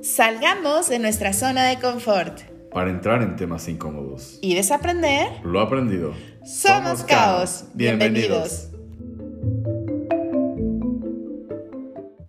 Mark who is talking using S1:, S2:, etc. S1: Salgamos de nuestra zona de confort
S2: para entrar en temas incómodos.
S1: y desaprender.
S2: Lo aprendido.
S1: Somos Caos. Bienvenidos.